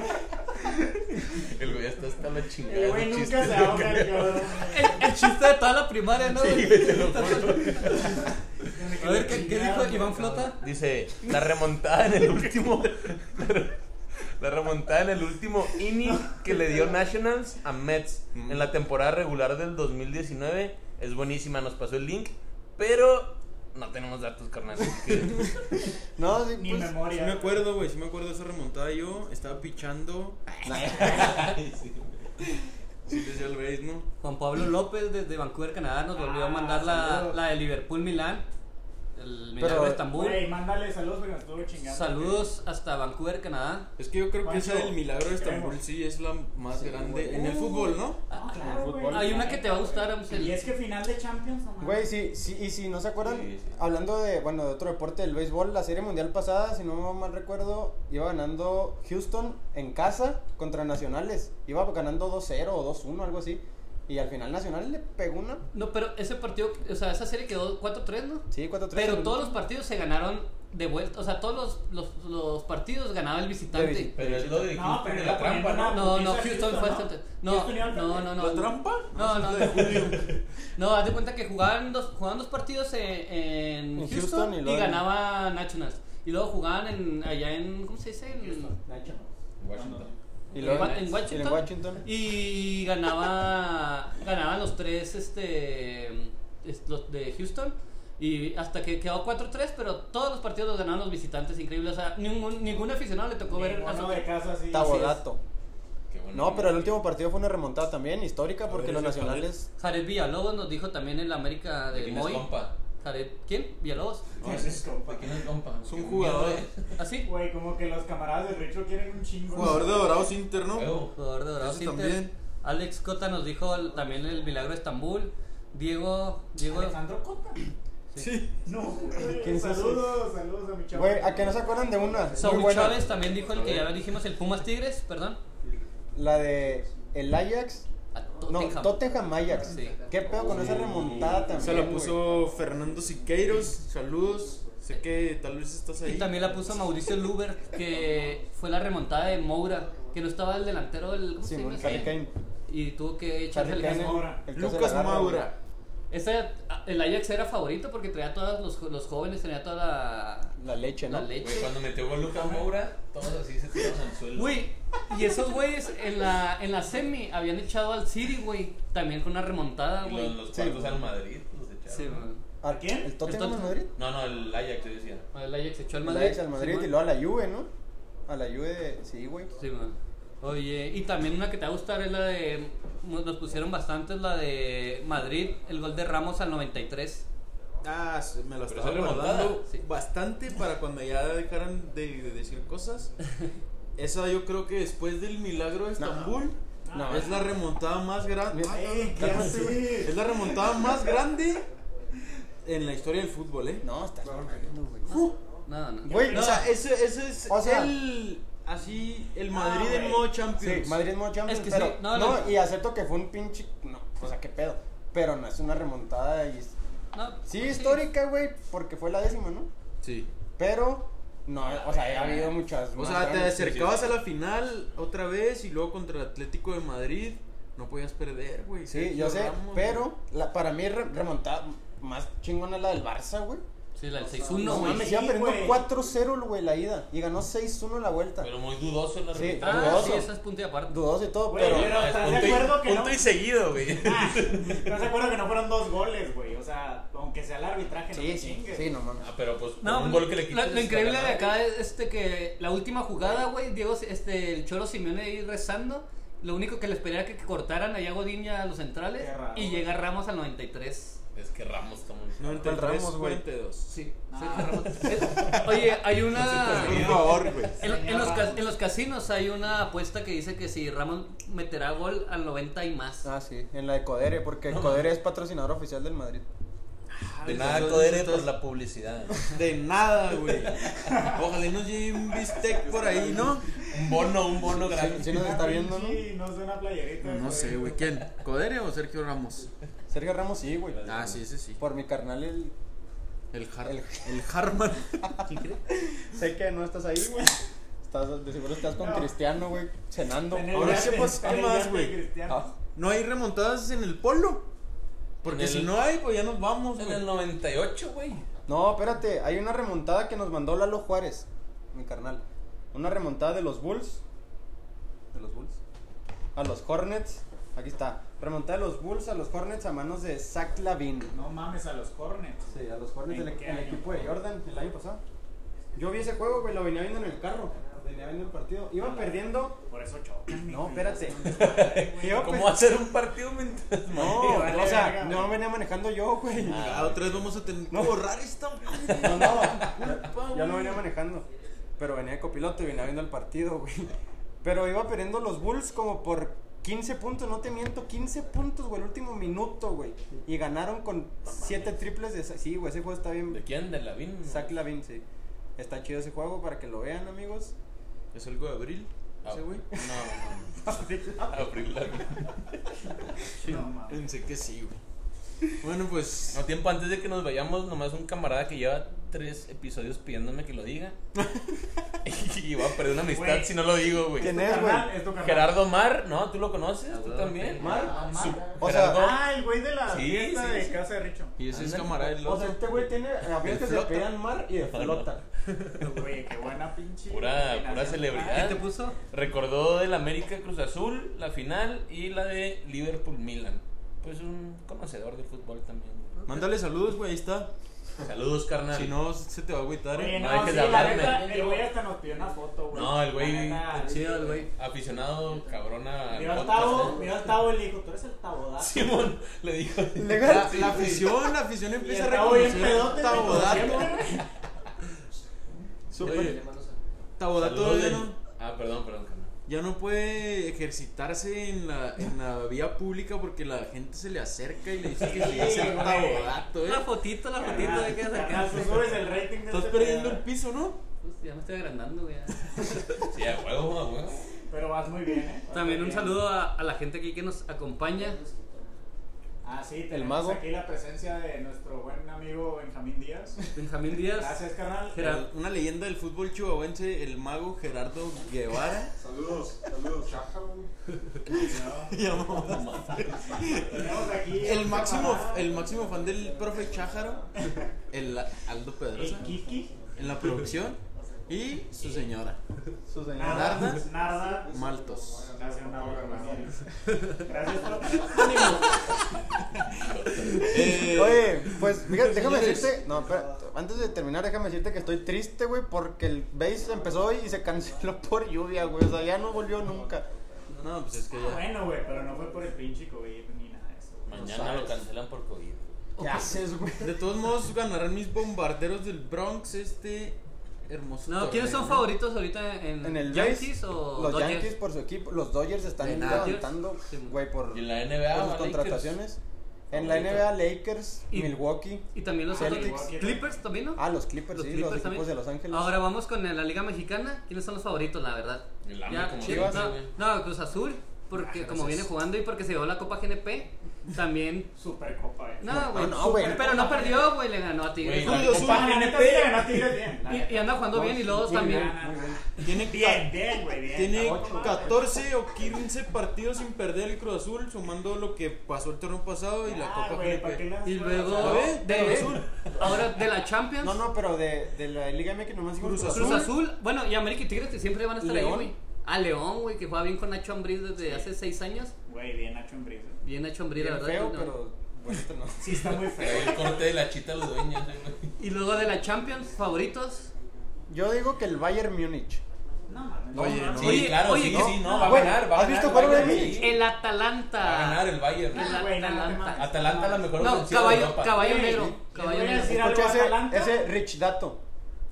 El güey está hasta la chingada. El güey de nunca se chistes, güey. ahoga, cabrón. El, el chiste de toda la primaria, ¿no? Sí, güey, te lo juro. A ver, ¿qué, qué dijo Iván Flota? Dice, la remontada en el último. La remontada en el último inning que le dio Nationals a Mets en la temporada regular del 2019 es buenísima, nos pasó el link, pero no tenemos datos, carnal. así que- No, sí, Ni pues, Sí memoria. me acuerdo, güey. Sí me acuerdo de esa remontada. Yo estaba pichando. Sí, decía el Reis, ¿no? Juan Pablo López desde Vancouver, Canadá, nos volvió a Ah, mandar la, saludos. la de Liverpool-Milán. el milagro de Estambul. Güey, mándale saludos porque me estuvo chingando. Saludos hasta Vancouver, Canadá. Es que yo creo que Pancho, esa del milagro de Estambul queremos. sí es la más grande en el fútbol, ¿no? Ah, claro, Fútbol. güey. Hay una que te va a gustar, vamos, el- Y es que final de Champions, no mames. Güey, sí, sí, y si no se acuerdan, Sí, sí. hablando de, bueno, de otro deporte, del béisbol, la serie mundial pasada, si no mal recuerdo, iba ganando Houston en casa contra Nacionales. Iba ganando 2-0 o 2-1, algo así. Y al final Nacional le pegó una. No, pero ese partido, o sea, esa serie quedó 4-3, ¿no? Sí, 4-3. Pero en- todos los partidos se ganaron de vuelta. O sea, todos los, los, los partidos ganaba el visitante. De visitante. Pero es lo de No, Houston pero le de la trampa, ponían ¿no? una No, no, putiza a Houston fue ¿no? bastante. No, Houston iba al no, no, campeón. no. ¿La trampa? No, no, De Julio. No, haz de cuenta que jugaban dos, jugaban dos partidos en, en En Houston, Houston y, y luego en- ganaba Nationals. Y luego jugaban en, allá en. ¿Cómo se dice? En- Nacho. Washington. Y luego en, en Washington. en Washington. Y ganaba, ganaban los tres este, es- los de Houston. Y hasta que quedó 4-3, pero todos los partidos los ganaban los visitantes, increíble. O sea, ningún, ningún aficionado le tocó ver a Ninguno su- de casa, sí. Tabodato. Qué bueno. No, pero el último partido fue una remontada también, histórica, porque ver, los ese joder. Nacionales. Jared Villalobos nos dijo también en la América ¿De de quién es Moy. compa? Jared, ¿quién? Villalobos. ¿Ah, No, ese es compa. ¿De quién es compa? eh. Es un jugador. Así. Güey, como que los camaradas de Richo quieren un chingo. Jugador de Dorados Inter, ¿no? Huevo. Jugador de Dorados Ese Inter. también. Alex Cota nos dijo el- también el milagro de Estambul. Diego, Diego, Alejandro Cota. Sí. No, güey, ¿Quién es ese? saludos, saludos a mi chavo. Güey, ¿a que no se acuerdan de una? Muy Saúl buena. Chávez también dijo el que ya dijimos, el Pumas Tigres, perdón. La de el Ajax. A No, Tottenham. Tottenham Ajax. Sí. ¿Qué pedo con esa remontada también? Se la güey? puso Fernando Siqueiros. Saludos. Sé que tal vez estás ahí. Y también la puso Mauricio Luber, que fue la remontada de Moura, que no estaba el delantero del. ¿cómo se Simón llama? Harry Kane. Y tuvo que echarse Harry el Kane, gas. Moura. el que se Lucas la agarra, Maura. Ese, a- el Ajax era favorito porque traía todos los, jo- los jóvenes, tenía toda la, La leche, ¿no? la Güey, leche. cuando metió gol Lucas Moura, todos así se tiraron al suelo. Güey, y esos güeyes en la, en la semi habían echado al City, güey, también con una remontada, Y Los, güey. los Sí, cuartos güey. al Madrid los echaron. Sí, güey. ¿A quién? ¿El Tottenham de Tottenham. Madrid? No, no, el Ajax, yo decía. El Ajax echó al El Madrid. Ajax al Madrid Simón. y luego a la Juve, ¿no? A la Juve de... Sí, güey. Sí, man. Oye, y también una que te va a gustar es la de. Nos pusieron bastante, es la de Madrid, el gol de Ramos al 93. Ah, sí, me la Pero estaba esa remontada, guardando sí. bastante para cuando ya dejaran de, de decir cosas. Esa yo creo que después del milagro de Estambul No. es la remontada más grande. Mira. Eh, ¿qué hace, Es güey? la remontada más grande en la historia del fútbol, ¿eh? No, estás mamando, güey. No, no. Güey, O sea, eso, eso es O sea- el así el Madrid Ah, en güey. modo Sí, Champions. Madrid no Champions, Es que sí, pero... no, no, no. y acepto que fue un pinche... No, o sea, qué pedo. Pero no es una remontada y... No, Sí, histórica, güey, porque fue la décima, ¿no? Sí. Pero... No, o sea, ha habido muchas... O más sea, te grandes. acercabas a la final otra vez y luego contra el Atlético de Madrid no podías perder, güey. Sí, Sergio yo sé, Ramos, pero la, para mí re- remontada más chingona es la del Barça, güey. Sí, la del No, 6-1, mames, güey. sí, iban perdiendo güey. 4-0, güey, la ida. Y ganó 6-1 la vuelta. Pero muy dudoso en la Sí. remontada. Ah, dudoso. sí, esa es punta y aparte. Dudoso y todo, Güey, pero... pero Ah, ¿estás punto de y- acuerdo que no? Punto y seguido, güey. Ah, ¿Estás de acuerdo que no fueron dos goles, güey? O sea, aunque sea el arbitraje, no Sí, te sí, chingues. sí, no mames. Ah, pero pues No, un gol que le la- quitas. lo increíble de está ganado. acá es este que la última jugada, güey, Diego, este, el Cholo Simeone ahí rezando. Lo único que les pedía era que cortaran allá Godín y a los centrales. Qué raro, Y güey. llega Ramos al 93. Es que Ramos está muy. Juan 93, Ramos, güey. 42. Sí, Ah. Sergio Ramos. Es- Oye, hay una. Por favor, güey. En, en los, Señor ca- Ramos. en los casinos hay una apuesta que dice que si Ramos meterá gol al 90 y más. Ah, sí, en la de Codere, porque No, Codere es patrocinador oficial del Madrid. De nada, Codere, pues la publicidad. De nada, güey. Ojalá y nos lleve un bistec por ahí, ¿no? Un bono, un bono grande. Sí, sí nos está viendo, ¿no? Sí, nos da una playerita. No sé, güey. ¿Quién? ¿Codere o Sergio Ramos? Sergio Ramos sí, güey. Ah, sí, ese sí. Por mi carnal, el... El, Har El- el Harman. sé que no estás ahí, güey. Estás, de seguro estás con No. Cristiano, güey, cenando. En el Ahora yate, sí, pues, ¿qué en el más, yate, güey? Cristiano. Ah, No hay remontadas en el polo. Porque En el- si no hay, pues ya nos vamos, En el güey. 98, güey. No, espérate, hay una remontada que nos mandó Lalo Juárez, mi carnal. Una remontada de los Bulls. ¿De los Bulls? A los Hornets. Aquí está. Remontada de los Bulls a los Hornets a manos de Zach Lavin. No mames a los cornets. Sí, a los Hornets ¿En del qué el año? equipo de Jordan el año pasado. Yo vi ese juego, güey, lo venía viendo en el carro. Venía viendo el partido. Iba perdiendo. Por eso chocan. No, espérate. Yo, Yo- ¿Cómo hacer un partido mientras No, vale, o sea, verga, no güey. venía manejando yo, güey. Ah, otra vez vamos a tener que No. borrar esta madre. No, Culpa, no. Yo no güey. venía manejando. Pero venía de copiloto y venía viendo el partido, güey. Pero iba perdiendo los Bulls como por 15 puntos, no te miento, 15 puntos, güey, el último minuto, güey. Y ganaron con 7 triples de... Sí, güey, ese juego está ¿De bien. quién? ¿De Lavín? Zach Lavin, sí. Está chido ese juego para que lo vean, amigos. ¿Es algo de abril? Ah, ¿Ese güey? No, Pero no. Ah, Abril Lavín. No, mames. Pensé que sí, güey. Bueno, pues. No, tiempo antes de que nos vayamos, nomás un camarada que lleva tres episodios pidiéndome que lo diga. y va a perder una amistad Güey. si no lo digo, güey. ¿Quién tu es, carnal, güey? Es tu carnal. Gerardo Mar, ¿no? ¿Tú lo conoces? ¿Tú también? Mar. Su- O sea, Gerardo. Ah, el güey de la Sí, fiesta sí, de sí. casa de Richo. Y ese es Ándale. camarada del O sea, otro. este güey tiene amigos De que se flota. pegan mar y de flota. Güey, qué buena pinche. Pura- combinación. pura ¿Qué celebridad. te puso? Recordó del América Cruz Azul, la final y la de Liverpool Milan. Pues un conocedor de fútbol también. güey. Mándale saludos, güey, ahí está. Saludos, carnal. Si no, se te va a agüitar. Oye, eh. no, No hay que sí, la hablarme. neta, el güey hasta nos pidió una foto, güey. No, el güey, La neta, Chido el güey. Aficionado, cabrona. al Miró al podcast, Tavo, ¿eh? miró al Tavo y le dijo, tú eres el Tabodato. Simón le dijo. La, Legal. la afición, la afición Y empieza a el Tavo bien reconocer. pedote, güey, como Tabodato. siempre, güey. Súper. Oye, le mando saludos. Tabodato Saludos ya de- no, Ah, perdón, perdón, carnal. ya no puede ejercitarse en la, en la vía pública porque la gente se le acerca y le dice que sí, Sí, es el güey. Tabodato, eh. La fotito, la fotito Carnal, de que carnal, tú acercarse. subes el rating de Estás este perdiendo el pedo. piso, ¿no? Pues, Ya me estoy agrandando, güey. Sí, a huevo, a huevo. Pero vas muy bien, ¿eh? Vas También muy un bien. saludo a, a la gente aquí que nos acompaña. Ah, sí, tenemos mago. aquí la presencia de nuestro buen amigo Benjamín Díaz. Benjamín Díaz. Gracias, carnal. Gerardo. Una leyenda del fútbol chihuahuense, el mago Gerardo Guevara. Saludos, saludos, Chaja, güey. No, Eh, tenemos aquí El un máximo, camarada, el máximo fan del profe Chájaro, el Aldo Pedrosa, el Eh, Kiki. en la producción, y su señora, Su señora. Narda. Narda. Narda. Maltos. Gracias, Narda, hermano. Gracias, Eh, Oye, pues fíjate, déjame señores. decirte, no, espera, antes de terminar, déjame decirte que estoy triste, güey, porque el base empezó y se canceló por lluvia, güey, o sea, ya no volvió nunca. No, pues es que profe. ya. Bueno, güey, pero no fue por el pinche COVID ni nada de eso. güey. Mañana lo cancelan por COVID. ¿Qué haces, güey? De todos modos, ganarán mis bombarderos del Bronx este hermoso. No, torneo, ¿quiénes son ¿no? favoritos ahorita en, En el Yankees base, o los Dodgers? Yankees por su equipo, los Dodgers De están nada. levantando, Sí, mo. Ah, güey, por, Y por en la NBA, sus va, Lakers. contrataciones. En la NBA, Lakers, Y- Milwaukee, Y también los Celtics. otros Clippers también, ¿no? ah, los Clippers, Los sí, Clippers los también. equipos de Los Ángeles. Ahora vamos con la Liga Mexicana. ¿Quiénes son los favoritos, la verdad? El AME Ya, como Chivas. siempre, No, no, Cruz Azul, porque como viene jugando y porque se llevó la Copa GNP, también. Supercopa, eh. No, güey. no, güey. Pero no perdió, güey, le ganó a Tigres. Güey, Julio Ah, Zúñiga la neta, sí le ganó a Tigres bien. la Y, y neta. anda jugando bien y los también. Muy bien, Tiene, Bien, bien, güey, bien. tiene Ocho. 14 o 15 partidos sin perder el Cruz Azul, sumando lo que pasó el torneo pasado y la Ah, Copa güey, ¿para GNP. qué le haces Y juego? luego A ver, Cruz de, Azul. ahora de la Champions, No, no, pero de, de la Liga MX nomás Cruz Cruz Cruz Azul. Azul, bueno, y América y Tigres que siempre van a estar ahí, León. güey. A León, güey, que juega bien con Nacho Ambriz desde hace seis años. Güey, bien Nacho Ambriz. eh. Bien Nacho Ambriz, la Bien verdad. feo, que no. pero bonito no. Sí, está muy Pero feo. el corte de la chita los dueños, eh, Y luego de la Champions, favoritos. Yo digo que el Bayern Múnich. No, mames. Oye, no. no. Sí, Ah, Oye, claro, oye, sí, ¿no? sí, no, va a Güey, ganar. Va a ¿has ganar visto el jugar Bayern, de mí? sí. El Va a ganar Atalanta. el Bayern. El güey, no, no te Atalanta. mames. Atalanta la mejor No, ofensiva de caballo, Europa. caballo Ey, negro. les Caballo voy a negro. decir- Escucha algo, ese, Atalanta? ese Rich Dato.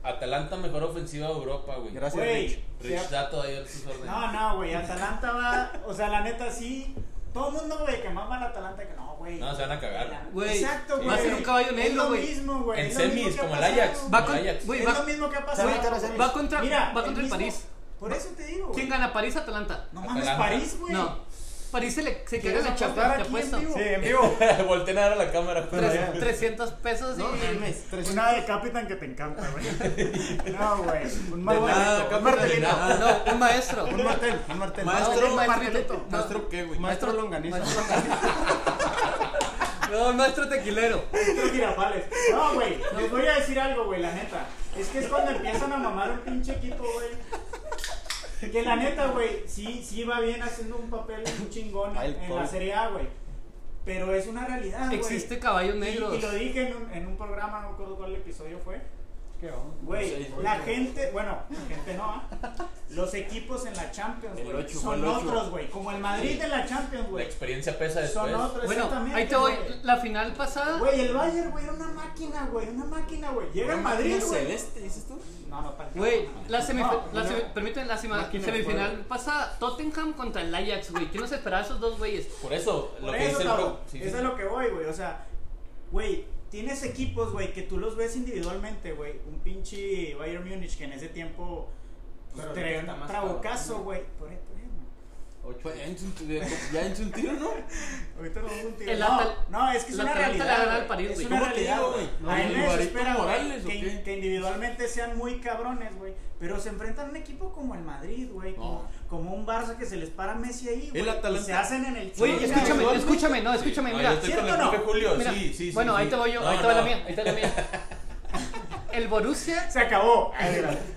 Atalanta mejor ofensiva de Europa, güey. Gracias, Güey. Rich. Rich Dato ahí a sus órdenes. No, no, güey, Atalanta va, o sea, la neta sí, todo el mundo, güey, que mama la Atalanta, que no, güey. No, se van a cagar. Güey, Exacto, güey. va a ser un caballo Es negro, lo güey. mismo, güey. En es lo mismo semis, que ha como el pasado. Ajax. Va como con- el Ajax. güey, Es va- lo mismo que ha pasado. Ahorita las semis. Va contra, Mira, va contra el mismo- París. Por eso te digo, güey. ¿Quién gana? ¿París Atalanta? No mames, Atalanta. París, güey. No. París se, le, se queda ¿Quieres en la apostar Champions, te aquí apuesto. en vivo? Sí, en vivo. Volten a ver a la cámara. Tres- ya. 300 pesos y... No mames, Es 300. una de Capitán que te encanta, güey. No, güey. De Un nada, martelito. Capitán, de nada. no, un maestro. Un martel, un martel. Maestro, un maestro, martelito. maestro, ¿qué, güey? Maestro Longaniza. No, un maestro tequilero. Estos girafales. No, güey, les voy a decir algo, güey, la neta. Es que es cuando empiezan a mamar un pinche equipo, güey. Que la neta, güey, sí, sí va bien haciendo un papel un chingón Ay, el en, en pobre. la Serie A, güey. Pero es una realidad, güey. Existe caballos Y- negros. Y, lo dije en un, en un programa, no me acuerdo cuál episodio fue. ¿Qué onda? Güey, Sí, la gente, bueno, la gente no, ¿ah? Los equipos en la Champions, El güey, ocho, son el ocho. otros, güey. Como el Madrid de la Champions, La güey. experiencia pesa después. Son otros, Bueno, exactamente, ahí te voy. güey. La final pasada. Güey, el Bayern, güey, era una máquina, güey, una máquina, güey. Llega el Madrid, güey. celeste, dices tú? No, no, tan Güey, cabrón. la, semif- No, la no. semi- permíteme, la sema- Máquina de semifinal fuego. pasada. Tottenham contra el Ajax, güey. ¿Quién nos esperaba esos dos güeyes? Por eso, lo Por que eso, dice el cabrón, bro. sí, sí. Eso es lo que voy, güey. O sea, güey, tienes equipos, güey, que tú los ves individualmente, güey. Un pinche Bayern Múnich que en ese tiempo pues, Pero traía está un más trabucazo, güey. Por eso, por eso. Pues ya hinchó un tiro, ya hinchó un tiro, ¿no? Ahorita lo vamos a tirar. El No, Atal- no, es que es el una Atalanta realidad. le ganó al güey. París, es güey. una ¿Cómo te realidad, digo, güey. güey? A él ¿El me Barito desespera, güey, Morales o que, qué? que individualmente sean muy cabrones, güey. Pero se enfrentan a un equipo como el Madrid, güey. Como, como un Barça que se les para Messi ahí, güey. El y Atalanta- Se hacen en el Güey, chinga, escúchame, güey. escúchame, no, escúchame, No, mira. yo estoy con el ¿cierto o no? profe Julio, Mira, sí, sí, sí. bueno, ahí sí. te voy yo, No, ahí te va no. la mía, ahí te va la mía. El Borussia, Se acabó.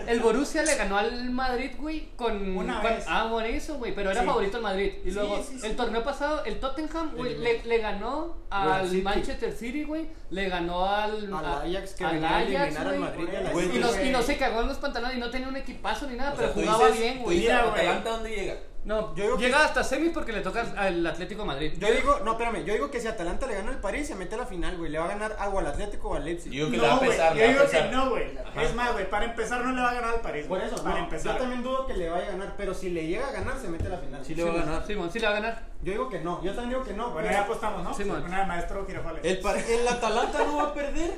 el Borussia le ganó al Madrid, güey, con Una con- vez. Ah, por eso, güey, pero era Sí. favorito el Madrid. Y Sí, luego sí, sí. el torneo pasado, el Tottenham, güey, le, le ganó Güey, al al City. Manchester City, güey, le ganó al Al a- Ajax que al venía a Ajax, eliminar al güey. Madrid y al Güey, Ajax. Y, nos- y no Güey. se cagó en los pantalones y no tenía un equipazo ni nada, O pero sea, tú jugaba dices- bien, tú güey. dices, Mira, güey. Atalanta, ¿dónde llega? No, Yo digo que- llega hasta semis porque le toca al Atlético de Madrid. Yo digo, no, espérame, yo digo que si Atalanta le gana al París, se mete a la final, güey. Le va a ganar a o al Atlético o al Leipzig. Yo- Digo que le va No, a güey, pesar, le yo va a digo pesar. que no, güey. Es más, güey, para empezar no le va a ganar al París. Por güey, eso, para no, empezar. yo también dudo que le vaya a ganar, pero si le llega a ganar, se mete a la final. Sí le va a ganar. Simón, sí le va a ganar. Yo digo que no, yo también digo que no. Bueno, pero- ya apostamos, ¿no? Sí, man. Una de maestro Girafales. El, par- el Atalanta no va a perder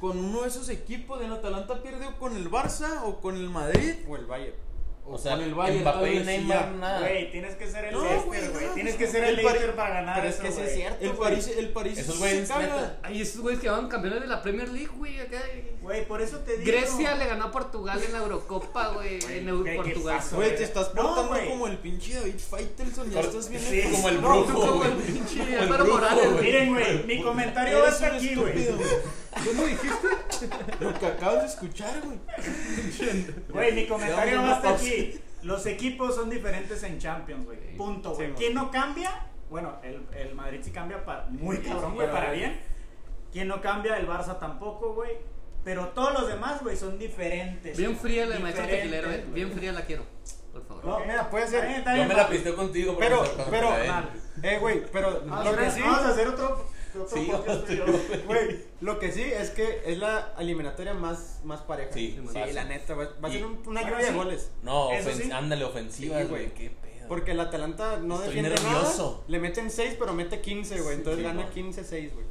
con uno de esos equipos. El Atalanta pierde o con el Barça o con el Madrid O el Bayern. o, O sea, con el Bayern. Mbappé tal y vez, sí, Neymar, ya. nada. Güey, tienes que ser el No, Leicester, güey, güey. no. Tienes que ser El el, Leicester Pari- para ganar Pero es eso, que sí es güey. cierto. El París, el París Esos sí güeyes, caga. neta. Ay, esos güeyes que van campeones de la Premier League, güey. acá. Güey, por eso te digo. Grecia le ganó a Portugal en la Eurocopa, güey. Güey, En Eu- ¿qué- qué Portugal. pasó? Güey, te estás No, portando güey. como el pinche David Faitelson. Ya Cor- estás bien. Sí. Como el No, tú brujo, como güey. el pinche Como el Álvaro brujo, Morales. Miren, güey, mi comentario va Eres hasta un aquí, güey. estúpido, ¿Cómo dijiste? Lo que acabas de escuchar, güey. Güey, mi Dame comentario va una hasta pausa. aquí. Los equipos son diferentes en Champions, güey. Punto, güey. Sí, ¿Quién no cambia? Bueno, el, el Madrid sí cambia para, muy cabrón, güey, pero- para bien. ¿Quién no cambia? El Barça tampoco, güey. Pero todos los demás, güey, son diferentes. Bien fría la maestra Diferentes, tequilero, eh. güey. Bien fría la quiero. Por favor. No, mira, puede ser. Está bien, está Yo bien, me la papi. pisteo contigo, Pero, profesor, pero, contra él. eh, güey, pero Vamos lo a que hacer- sí, Ah, vamos a hacer otro, otro Sí, podcast tú y yo. güey, lo que sí es que es la eliminatoria más, más pareja. Sí, fácil. la neta, va, va a ser Y- un- una lluvia Bueno, de sí. goles. No, Eso ofen- sí. ándale, ofensiva, Sí, güey. güey. Qué pedo. Porque el Atalanta no Estoy defiende nervioso. nada. Le meten 6, pero mete 15, güey. Entonces sí, gana güey. 15-6, güey.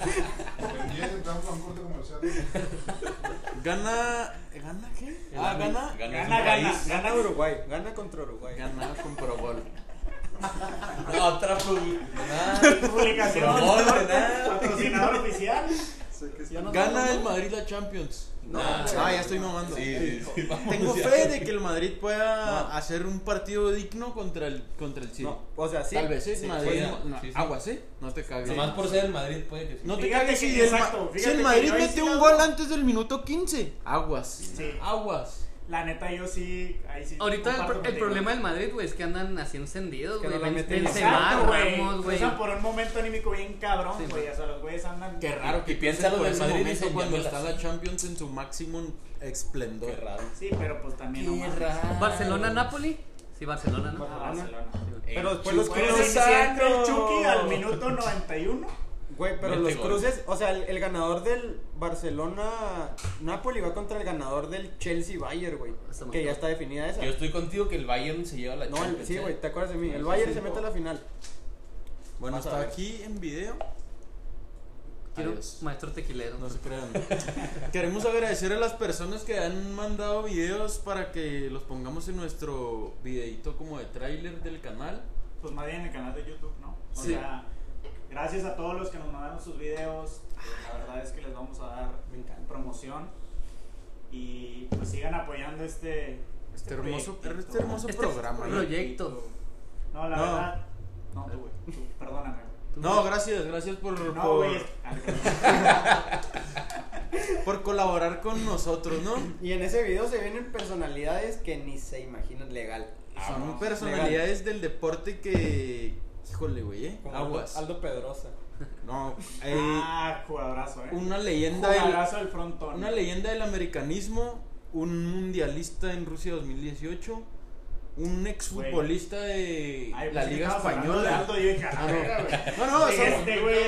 Vendía, entramos a un corte comercial. Gana. ¿Gana qué? Ah, gana. Gana, gana, Gana gana, Uruguay, gana contra Uruguay. Gana con Pro Bowl. Otra pu- Publicación. Promol, ¿verdad? Patrocinador oficial. Sé que sí. Ya no Gana ganamos. el Madrid la Champions. Nah. Ah, ya estoy mamando. Sí, sí, sí, vamos Tengo ya. fe de que el Madrid pueda hacer un partido digno contra el contra el City. No, o sea, sí. Tal vez, ¿eh? Madrid, sí, no- no, sí, sí. Aguas, ¿eh? No te cagues. Nomás por ser el Madrid puede que sí. No te Fíjate cagues que- si, el Ma- exacto, si fíjate el que Madrid yo ahí sí mete un hago- gol antes del minuto 15. Aguas. Sí. Aguas. La neta, yo sí. Ahí sí Ahorita el, comparto pro- el contigo. problema del Madrid, güey, es que andan así encendidos, Es que güey. no la Ben- meten. Benzema, Exacto, Ramos, güey. güey. Usan por un momento anímico bien cabrón, Sí, güey. o sea, los güeyes andan. Qué raro que Y piensa lo piensen por del ese Madrid y momento dicen, cuando "Ya me está la la sé". Champions en su máximo esplendor. Qué raro. Sí, pero pues también. no mames. Barcelona-Napoli. Sí, Barcelona, ¿no? Ah, Barcelona. Pero Pues, después los Pero si, cruces. si entra el Chucky al minuto 91, Güey, pero Mete los gol. cruces. O sea, el, el ganador del Barcelona-Napoli va contra el ganador del Chelsea-Bayern, güey. Está muy Que ya claro. está definida esa. Yo estoy contigo que el Bayern se lleva la No, el- Champions. sí, ¿eh? güey, te acuerdas de mí. El Sí, Bayern sí, se sí. mete a la final. Bueno, Vamos a hasta ver. aquí en video. Quiero Adiós. maestro tequilero. No se crean. Queremos agradecer a las personas que han mandado videos para que los pongamos en nuestro videito como de tráiler del canal. pues más bien en el canal de YouTube, ¿no? O Sí. sea, gracias a todos los que nos mandaron sus videos. eh, La verdad es que les vamos a dar Me encanta. promoción. Y pues sigan apoyando este. Este hermoso, proyectito. este hermoso Este programa. ¿no? proye- proyecto. No, la No. verdad. No, tú, güey. tú, Perdóname, güey. No, gracias, gracias por, No, por- güey. es- por colaborar con nosotros, ¿no? Y en ese video se vienen personalidades que ni se imaginan legal. Son personalidades del deporte que... Híjole, güey, ¿eh? Como Aguas. Aldo, Aldo Pedrosa. No, eh, Ah, jugadorazo, eh. una leyenda del, Jugadorazo del frontón. una leyenda del americanismo un mundialista en Rusia 2018, un exfutbolista de Ay, pues, la sí, Liga estabas hablando de Española. Aldo, yo dije, "Ah, verga, güey". No, no, Sí, son, este güey.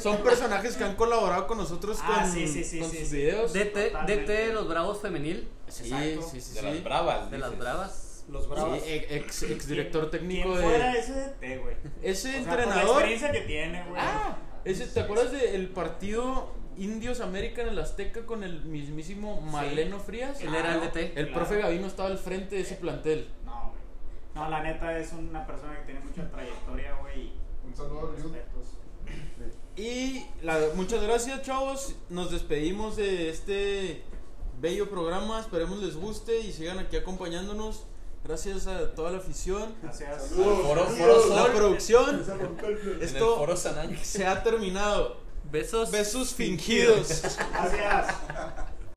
son personajes que han colaborado con nosotros con, Ah, sí, sí, sí, con sí, sus sí. videos. DT, DT Totalmente. de los Bravos Femenil, Sí, Exacto. sí, sí, De sí. las bravas. de las dices. Bravas. Los bravos. Sí, e- ex, director técnico ¿Quién fuera de ese DT, güey? ese O sea, por la entrenador. experiencia que tiene, güey. Ah, ese, ¿te acuerdas del partido Indios América en el Azteca con el mismísimo Maleno Frías? Él era el DT. El Claro. Eh, profe Gavino estaba al frente de ese plantel. No, güey. No, la neta es una persona que tiene mucha trayectoria, güey. y Un saludo a Liu. respetos. Y la- muchas gracias, chavos. Nos despedimos de este bello programa. Esperemos les guste y sigan aquí acompañándonos. Gracias a toda la afición, Gracias. Foro- foro la Sol, producción. en el Esto foro San Ángel. se ha terminado. Besos. Besos fingidos. Gracias.